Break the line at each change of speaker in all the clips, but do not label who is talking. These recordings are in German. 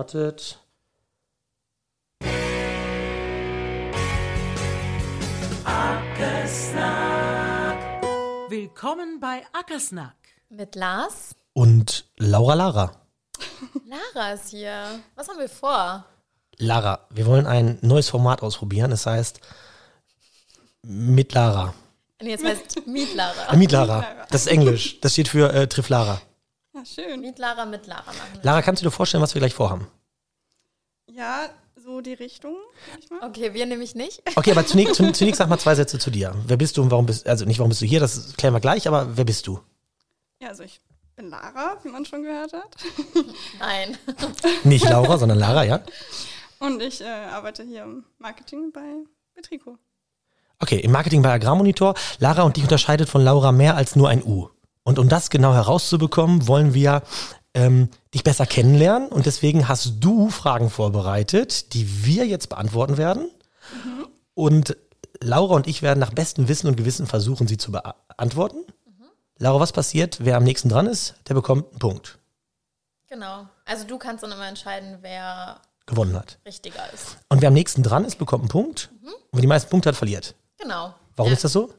startet.
Willkommen bei Ackersnack.
Mit Lars.
Und Laura Lara.
Lara ist hier. Was haben wir vor?
Lara, wir wollen ein neues Format ausprobieren. Es heißt mit Lara.
Nee, jetzt heißt Meet Lara.
Äh, mit Lara. Das ist Englisch. Das steht für äh, Triff Lara.
Ja, schön.
Meet Lara mit Lara machen.
Lara, kannst du dir vorstellen, was wir gleich vorhaben?
Ja, so die Richtung. sag ich mal.
wir. Okay, wir nämlich nicht.
Okay, aber zunächst, zun- zunächst sag mal zwei Sätze zu dir. Wer bist du und warum bist also nicht warum bist du hier, das klären wir gleich, aber wer bist du?
Ja, also ich bin Lara, wie man schon gehört hat.
Nein.
Nicht Laura, sondern Lara, ja?
Und ich äh, arbeite hier im Marketing bei Betrico.
Okay, im Marketing bei Agrarmonitor. Lara und dich unterscheidet von Laura mehr als nur ein U. Und um das genau herauszubekommen, wollen wir ähm, dich besser kennenlernen. Und deswegen hast du Fragen vorbereitet, die wir jetzt beantworten werden.
Mhm.
Und Laura und ich werden nach bestem Wissen und Gewissen versuchen, sie zu beantworten.
Mhm.
Laura, was passiert? Wer am nächsten dran ist, der bekommt einen Punkt.
Genau. Also du kannst dann immer entscheiden, wer
Gewonnen hat.
richtiger ist.
Und wer am nächsten dran ist, bekommt einen Punkt. Und wer die meisten Punkte hat, verliert.
Genau.
Warum
Mhm. ja,
ist das so?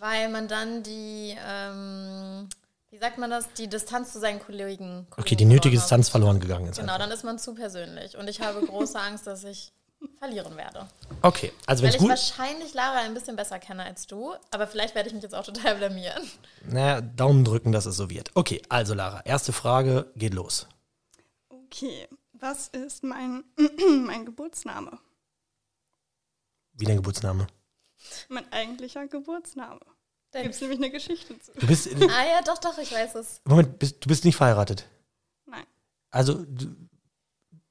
Weil man dann die, ähm, wie sagt man das, die Distanz zu seinen Kollegen. Kollegen
Okay, die nötige
verloren hat.
Distanz verloren gegangen ist.
Genau, dann ist man zu persönlich. Und ich habe große Angst, dass ich verlieren werde.
Okay, also wenn
Weil
es
ich
gut
wahrscheinlich Lara ein bisschen besser kenne als du, aber vielleicht werde ich mich jetzt auch total blamieren.
Naja, Daumen drücken, dass es so wird. Okay, also Lara, erste Frage geht los.
Okay, was ist mein, mein Geburtsname?
Wie dein Geburtsname?
Mein eigentlicher Geburtsname. Da
Der-
gibt es nämlich eine Geschichte zu.
Du bist, äh,
Ah ja, doch, doch, ich weiß es.
Moment, bist, du bist nicht verheiratet.
Nein.
Also,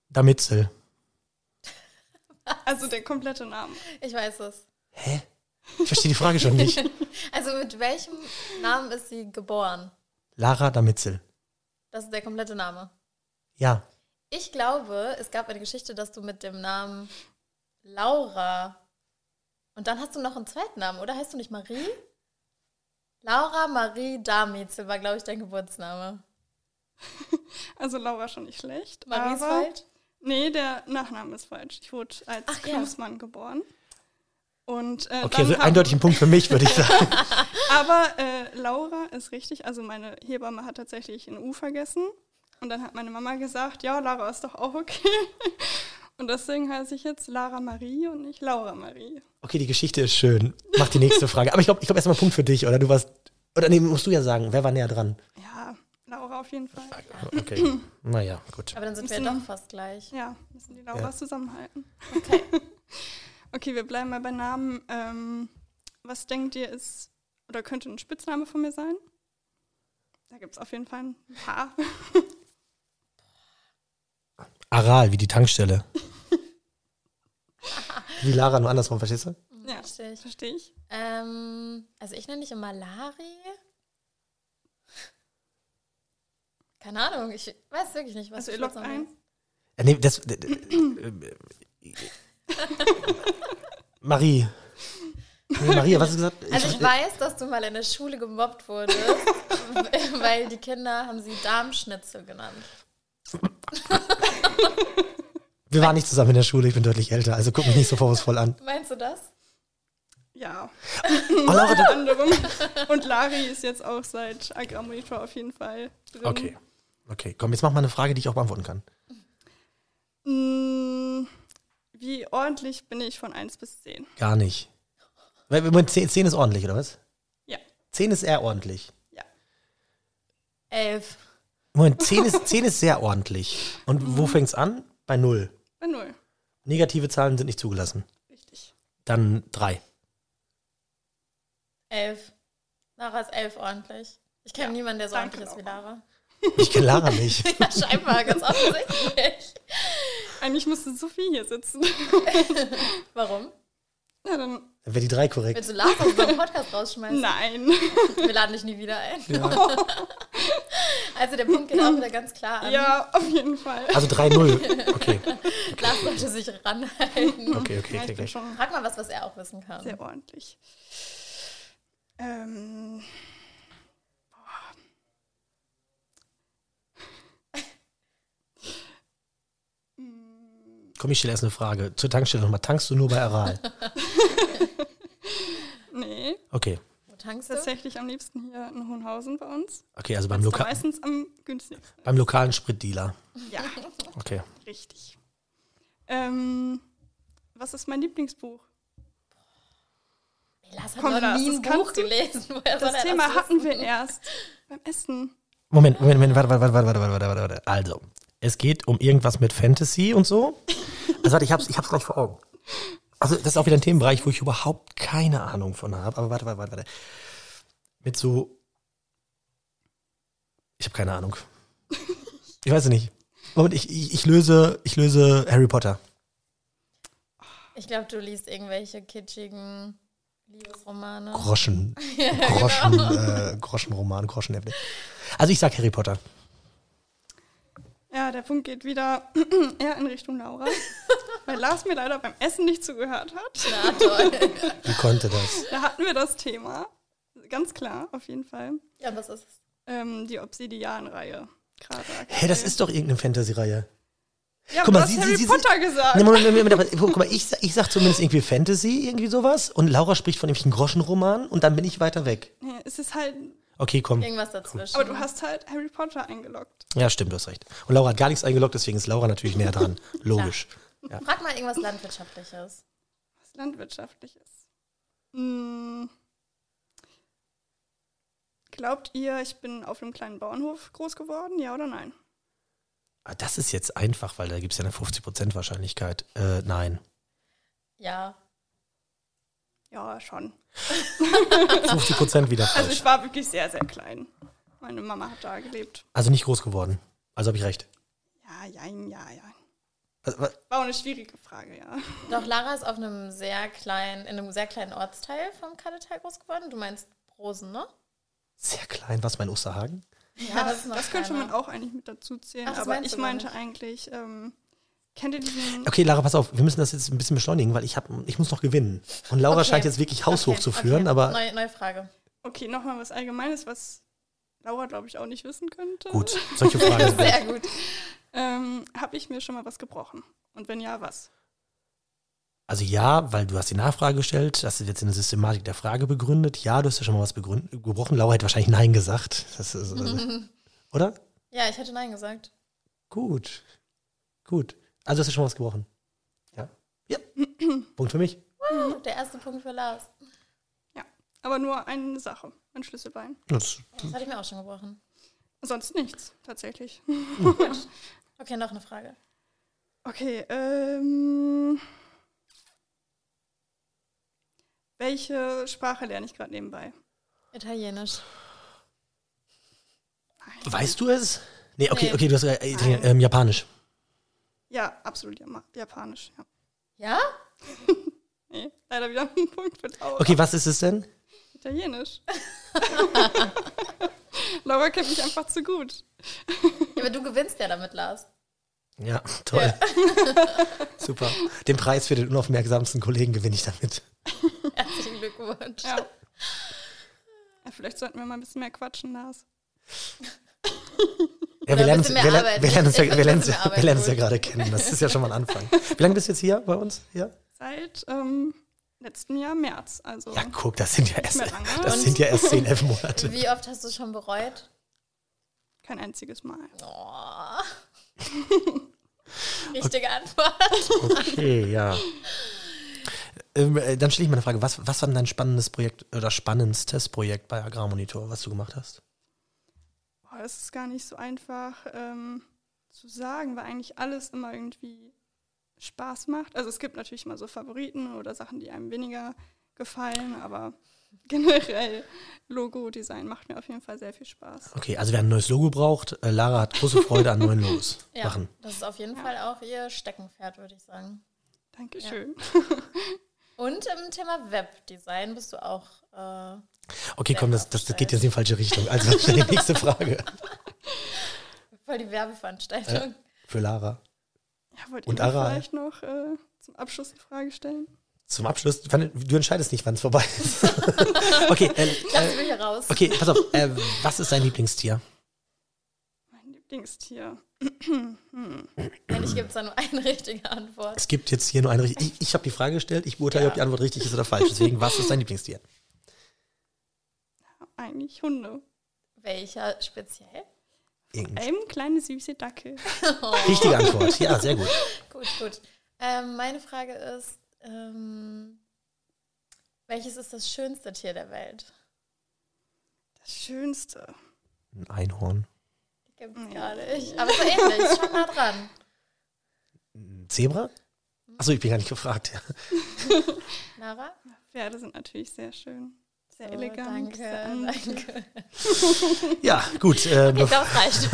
Damitzel.
Also der komplette Name.
Ich weiß es.
Hä? Ich verstehe die Frage schon nicht.
Also mit welchem Namen ist sie geboren?
Lara Damitzel.
Das ist der komplette Name.
Ja.
Ich glaube, es gab eine Geschichte, dass du mit dem Namen Laura und dann hast du noch einen zweiten Namen, oder? Heißt du nicht Marie? Laura Marie Damitzel war, glaube ich, dein Geburtsname.
Also Laura schon nicht schlecht.
Marie ist
aber-
falsch?
Nee, der Nachname ist falsch. Ich wurde als
Ach ja.
Knussmann geboren. Und, äh,
Okay,
dann
also
haben-
eindeutig ein Punkt für mich, würde ich sagen.
Aber äh, Laura ist richtig. Also meine Hebamme hat tatsächlich ein U vergessen. Und dann hat meine Mama gesagt, ja, Lara ist doch auch okay. Und deswegen heiße ich jetzt Lara Marie und nicht Laura Marie.
Okay, die Geschichte ist schön. Mach die nächste Frage. Aber ich glaube, ich glaube erstmal Punkt für dich, oder? Du warst. Oder nee, musst du ja sagen, wer war näher dran?
Ja, Laura auf jeden Fall.
Okay. Naja, gut.
Aber dann sind wir ja
Müssen-
doch fast gleich.
Ja, müssen die Lauras zusammenhalten.
Okay.
Okay, wir bleiben mal bei Namen. Ähm, was denkt ihr ist, oder könnte ein Spitzname von mir sein? Da gibt es auf jeden Fall ein paar.
Aral, wie die Tankstelle. Wie Lara, nur andersrum, verstehst du?
ja,
Mhm. Verstehe ich.
verstehe ich.
Ähm, also ich nenne dich immer Lari. Keine Ahnung, ich weiß wirklich nicht, was
Also
du
ihr lockt
Spitznamen
ein.
hast.
Äh, Nee, das. d- d- äh, Marie. Nee, Maria, was hast du gesagt?
Also ich weiß, dass du mal in der Schule gemobbt wurdest, weil die Kinder haben sie Darmschnitzel genannt.
wir waren nicht zusammen in der Schule, ich bin deutlich älter, also guck mich nicht so vorwurfsvoll an.
Meinst du das?
Ja,
Oh, Laura, du,
unter anderem. Und Lari ist jetzt auch seit Agrarmonitor auf jeden Fall drin.
okay. Okay, komm, jetzt mach mal eine Frage, die ich auch beantworten kann.
Mm, Wie ordentlich bin ich von 1 bis 10?
Gar nicht. Weil Moment, 10, 10 ist ordentlich, oder was?
Ja.
10 ist eher ordentlich.
Ja.
Elf.
Moment, 10 ist, 10 ist sehr ordentlich. Und wo fängt's an? Bei 0.
Bei 0.
Negative Zahlen sind nicht zugelassen.
Richtig.
Dann 3.
Elf. Lara ist elf ordentlich. Ich kenne niemanden, der so
danke,
ordentlich ist wie Lara.
Ich kenne Lara nicht.
Ja, scheinbar, ganz offensichtlich.
Eigentlich müsste Sophie hier sitzen.
Warum?
Na dann,
Dann wäre die 3 korrekt.
Willst du Lara aus unserem Podcast rausschmeißen?
nein.
Wir laden dich nie wieder ein.
Ja.
Also der Punkt geht auch wieder ganz klar an.
Ja, auf jeden Fall.
Also 3-0. Okay.
Lars sollte sich ranhalten.
Okay, okay, okay.
Ja, ich
okay.
bin schon
Frag mal was, was er auch wissen kann.
sehr ordentlich. Ähm, boah.
Komm, ich stelle erst eine Frage. Zur Tankstelle nochmal. Tankst du nur bei Aral?
Nee,
Okay.
Wo tankst du?
tatsächlich am liebsten hier in Hohenhausen bei uns.
Okay, also beim,
Ist
Loka
meistens am günstigsten.
beim lokalen Spritdealer.
Ja,
Okay.
richtig. Ähm, was ist mein Lieblingsbuch?
Ey, Lars hat
Komm,
noch
Lars,
nie ein
das kannst
Buch
du-
gelesen. Woher soll
Das
er
Thema
das
hatten
wissen?
wir erst beim Essen.
Moment, Moment, Moment, warte, warte, warte, warte, warte, warte, warte, warte. Also, es geht um irgendwas mit Fantasy und so. Also, warte, ich hab's, ich hab's gleich vor Augen. Also, das ist auch wieder ein Themenbereich, wo ich überhaupt keine Ahnung von habe. Aber warte, warte, warte, warte. Mit so. Ich habe keine Ahnung. Ich weiß es nicht. Moment, ich, ich, ich löse, ich löse Harry Potter.
Ich glaube, du liest irgendwelche kitschigen Liebesromane.
Groschen.
genau.
Groschen, äh, Groschenroman, Groschenhefte. Also, ich sag Harry Potter.
Ja, der Punkt geht wieder eher in Richtung Laura, weil Lars mir leider beim Essen nicht zugehört hat.
Na toll.
Wie konnte das?
Da hatten wir das Thema, ganz klar, auf jeden Fall.
ja, was ist
Ähm, die Obsidian-Reihe. Gerade
Hä, das
aktuell.
ist doch irgendeine Fantasy-Reihe.
Ja,
Guck
Guck
mal,
mal, du
sie-
hast
sie-
Harry
sie-
Potter gesagt.
Nee, Moment, Moment, Moment, aber, guck mal, ich, sa- ich sag zumindest irgendwie Fantasy, irgendwie sowas. Und Laura spricht von irgendwelchen Groschenroman und dann bin ich weiter weg.
Nee, es ist halt.
Okay, komm.
irgendwas dazwischen?
Aber du hast halt Harry Potter eingeloggt.
Ja, stimmt, du hast recht. Und Laura hat gar nichts eingeloggt, deswegen ist Laura natürlich näher dran. Logisch. Ja.
Frag mal irgendwas Landwirtschaftliches.
Was landwirtschaftlich ist. Hm. Glaubt ihr, ich bin auf einem kleinen Bauernhof groß geworden? Ja oder nein?
Ah, Das ist jetzt einfach, weil da gibt es ja eine 50% Wahrscheinlichkeit. Äh, nein.
Ja.
Ja, schon.
50% wieder
Also
falsch.
ich war wirklich sehr, sehr klein. Meine Mama hat da gelebt.
Also nicht groß geworden. Also habe ich recht.
Ja, jein, ja, ja.
Also, wa-
War auch eine schwierige Frage, ja.
Doch Lara ist auf einem sehr kleinen, in einem sehr kleinen Ortsteil vom Kadetal groß geworden. Du meinst Rosen, ne?
Sehr klein, was mein Osterhagen?
Ja,
das könnte man auch eigentlich mit dazu zählen.
Ach, das
aber
meinst
ich
du gar
meinte
nicht.
eigentlich, ähm, kennt ihr diesen
Okay, Lara, pass auf, wir müssen das jetzt ein bisschen beschleunigen, weil ich, hab, ich muss noch gewinnen. Und Laura
Okay.
scheint jetzt wirklich haushoch
Okay,
zu führen,
okay.
aber
Neue, neue Frage.
Okay, nochmal was Allgemeines, was Laura, glaube ich, auch nicht wissen könnte.
gut, solche Fragen sind
Sehr gut.
Ähm, Habe ich mir schon mal was gebrochen? Und wenn ja, was?
Also ja, weil du hast die Nachfrage gestellt, hast du jetzt in der Systematik der Frage begründet. Ja, du hast ja schon mal was begründ- gebrochen. Laura hätte wahrscheinlich Nein gesagt. Das ist, äh, oder?
Ja, ich hätte Nein gesagt.
Gut. Gut. Also hast du schon mal was gebrochen. Ja. Ja. Punkt für mich.
Woo, der erste Punkt für Lars.
Ja, aber nur eine Sache, ein Schlüsselbein.
Das,
Das hatte ich mir auch schon gebrochen.
Sonst nichts, tatsächlich.
Okay, noch eine Frage.
Okay, ähm... Welche Sprache lerne ich gerade nebenbei?
Italienisch.
weißt du es? Nee, okay,
Nee.
okay, du hast äh, äh, ähm, Japanisch.
Ja, absolut Jama- japanisch, ja.
Ja?
Nee, leider wieder ein Punkt für Laura.
Okay, was ist es denn?
Italienisch. Laura kennt mich einfach zu gut.
ja? Aber du gewinnst ja damit, Lars.
Ja, toll. Super. Den Preis für den unaufmerksamsten Kollegen gewinne ich damit.
Herzlichen Glückwunsch.
Ja. ja. Vielleicht sollten wir mal ein bisschen mehr quatschen, Lars.
Ja,
Oder
wir
ein
lernen uns
bisschen
wir
mehr
lernen-
Arbeit.
wir lernen uns ja-
Ich find
wir
ein
lernen uns
bisschen
ja-
mehr
wir lernen uns ja
Arbeit
gerade kennen. Das ist ja schon mal ein Anfang. Wie lange bist du jetzt hier bei uns? Ja?
Seit ähm, letzten Jahr März. Also
Ja, guck, das sind ja erst,
mehr lange.
das
Und-
sind ja erst 10, 11 Monate.
Wie oft hast du es schon bereut?
kein einziges Mal.
Oh. Richtige Antwort.
Okay, ja. Ähm, äh, dann stelle ich mal eine Frage. Was, was war denn dein spannendes Projekt oder spannendstes Projekt bei Agrarmonitor, was du gemacht hast?
Boah, das ist gar nicht so einfach ähm, zu sagen, weil eigentlich alles immer irgendwie Spaß macht. Also es gibt natürlich mal so Favoriten oder Sachen, die einem weniger gefallen, aber generell Logo-Design macht mir auf jeden Fall sehr viel Spaß.
Okay, also wer ein neues Logo braucht, äh, Lara hat große Freude an neuen Logos
Ja,
machen.
das ist auf jeden Fall auch ihr Steckenpferd, würde ich sagen.
Dankeschön.
Und im Thema Webdesign bist du auch. Äh,
Okay, komm, das, das, das geht jetzt in die falsche Richtung. Also stell die nächste Frage
voll die Werbeveranstaltung.
für Lara.
Ja, wollt ihr
Und
mir
Aral.
vielleicht noch äh, zum Abschluss eine Frage stellen?
Zum Abschluss, wann- du entscheidest nicht, wann es vorbei ist. okay, äh,
Lass mich hier raus.
okay, pass auf. Äh, was ist dein Lieblingstier?
Mein Dingstier.
Eigentlich gibt es da nur eine richtige Antwort.
Es gibt jetzt hier nur eine richtige. Ich, ich habe die Frage gestellt, ich beurteile, ob die Antwort richtig ist oder falsch. Deswegen, was ist dein Lieblingstier?
Eigentlich Hunde.
Welcher speziell?
Irgend.
Elm, kleine süße Dackel.
Richtige Antwort. Ja, sehr gut.
Gut, gut. Ähm, meine Frage ist, ähm, welches ist das schönste Tier der Welt?
Das Schönste.
Ein Einhorn.
Gibt es gar nicht. Aber so ähnlich, ist schon nah dran.
Ein Zebra? Achso, ich bin gar nicht gefragt.
Nara?
Pferde sind natürlich sehr schön. Sehr
So,
elegant. sehr
Oh, Danke, danke.
Ja, gut. Äh,
Ich glaube, es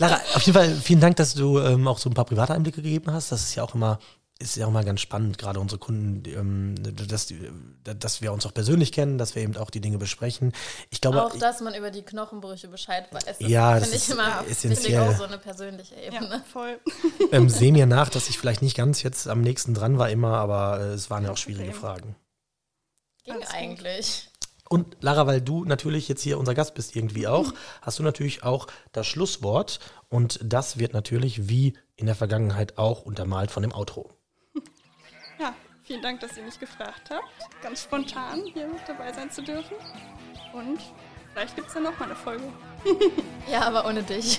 Lara, auf jeden Fall vielen Dank, dass du ähm, auch so ein paar private Einblicke gegeben hast. Das ist ja auch immer, ist ja auch mal ganz spannend, gerade unsere Kunden, die, ähm, dass, die- dass wir uns auch persönlich kennen, dass wir eben auch die Dinge besprechen. Ich glaube,
Auch, dass man über die Knochenbrüche Bescheid weiß. Das
Ja, das
finde
ist
ich immer
essentiell.
Finde ich auch so eine persönliche Ebene.
Ja, voll.
ähm, seh mir nach, dass ich vielleicht nicht ganz jetzt am nächsten dran war immer, aber äh, es waren ja auch schwierige
Problem.
Fragen.
Ging
Alles gut.
eigentlich.
Und Lara, weil du natürlich jetzt hier unser Gast bist, irgendwie auch, hast du natürlich auch das Schlusswort. Und das wird natürlich wie in der Vergangenheit auch untermalt von dem Outro.
Ja, vielen Dank, dass ihr mich gefragt habt. Ganz spontan hier mit dabei sein zu dürfen. Und vielleicht gibt es ja noch mal eine Folge.
Ja, aber ohne dich.